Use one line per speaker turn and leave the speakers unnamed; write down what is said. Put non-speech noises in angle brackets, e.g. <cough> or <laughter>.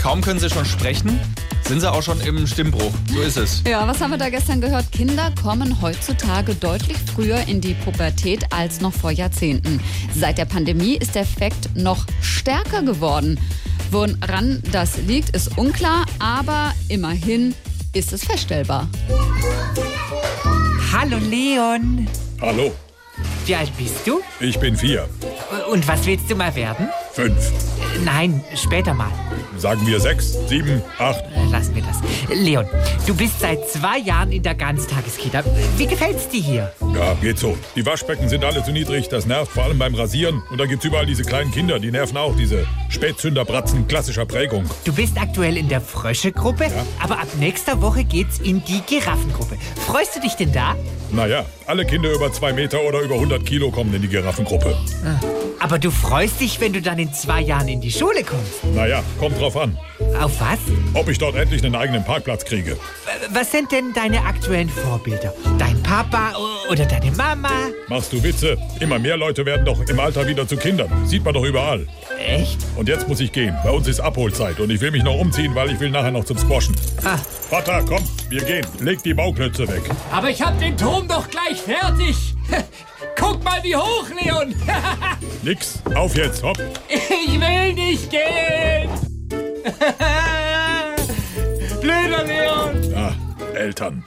Kaum können sie schon sprechen, sind sie auch schon im Stimmbruch. So ist es.
Ja, was haben wir da gestern gehört? Kinder kommen heutzutage deutlich früher in die Pubertät als noch vor Jahrzehnten. Seit der Pandemie ist der Effekt noch stärker geworden. Woran das liegt, ist unklar, aber immerhin ist es feststellbar.
Hallo Leon.
Hallo,
Wie alt bist du?
ich bin vier.
Und was willst du mal werden?
Fünf.
Nein, später mal.
Sagen wir sechs, sieben, acht.
Äh, Lass mir das. Leon, du bist seit zwei Jahren in der Ganztageskita. Wie gefällt's dir hier?
Ja, geht so. Die Waschbecken sind alle zu niedrig, das nervt vor allem beim Rasieren. Und dann gibt's überall diese kleinen Kinder, die nerven auch, diese Spätzünderbratzen klassischer Prägung.
Du bist aktuell in der Frösche-Gruppe, aber ab nächster Woche geht's in die Giraffengruppe. Freust du dich denn da?
Naja, alle Kinder über zwei Meter oder über 100 Kilo kommen in die Giraffengruppe.
Aber du freust dich, wenn du dann in zwei Jahren in die Schule kommst.
Naja, kommt drauf an,
Auf was?
ob ich dort endlich einen eigenen Parkplatz kriege.
W- Was sind denn deine aktuellen Vorbilder? Dein Papa o- oder deine Mama?
Machst du Witze? Immer mehr Leute werden doch im Alter wieder zu Kindern. Sieht man doch überall.
Echt?
Und jetzt muss ich gehen. Bei uns ist Abholzeit und ich will mich noch umziehen, weil ich will nachher noch zum Squashen.
Ah.
Vater, komm, wir gehen. Leg die Bauklötze weg.
Aber ich hab den Turm doch gleich fertig. <laughs> Guck mal, wie hoch, Leon. <laughs>
Nix. Auf jetzt, hopp.
Ich will nicht gehen. <laughs> Blöder Leon.
Ah, Eltern.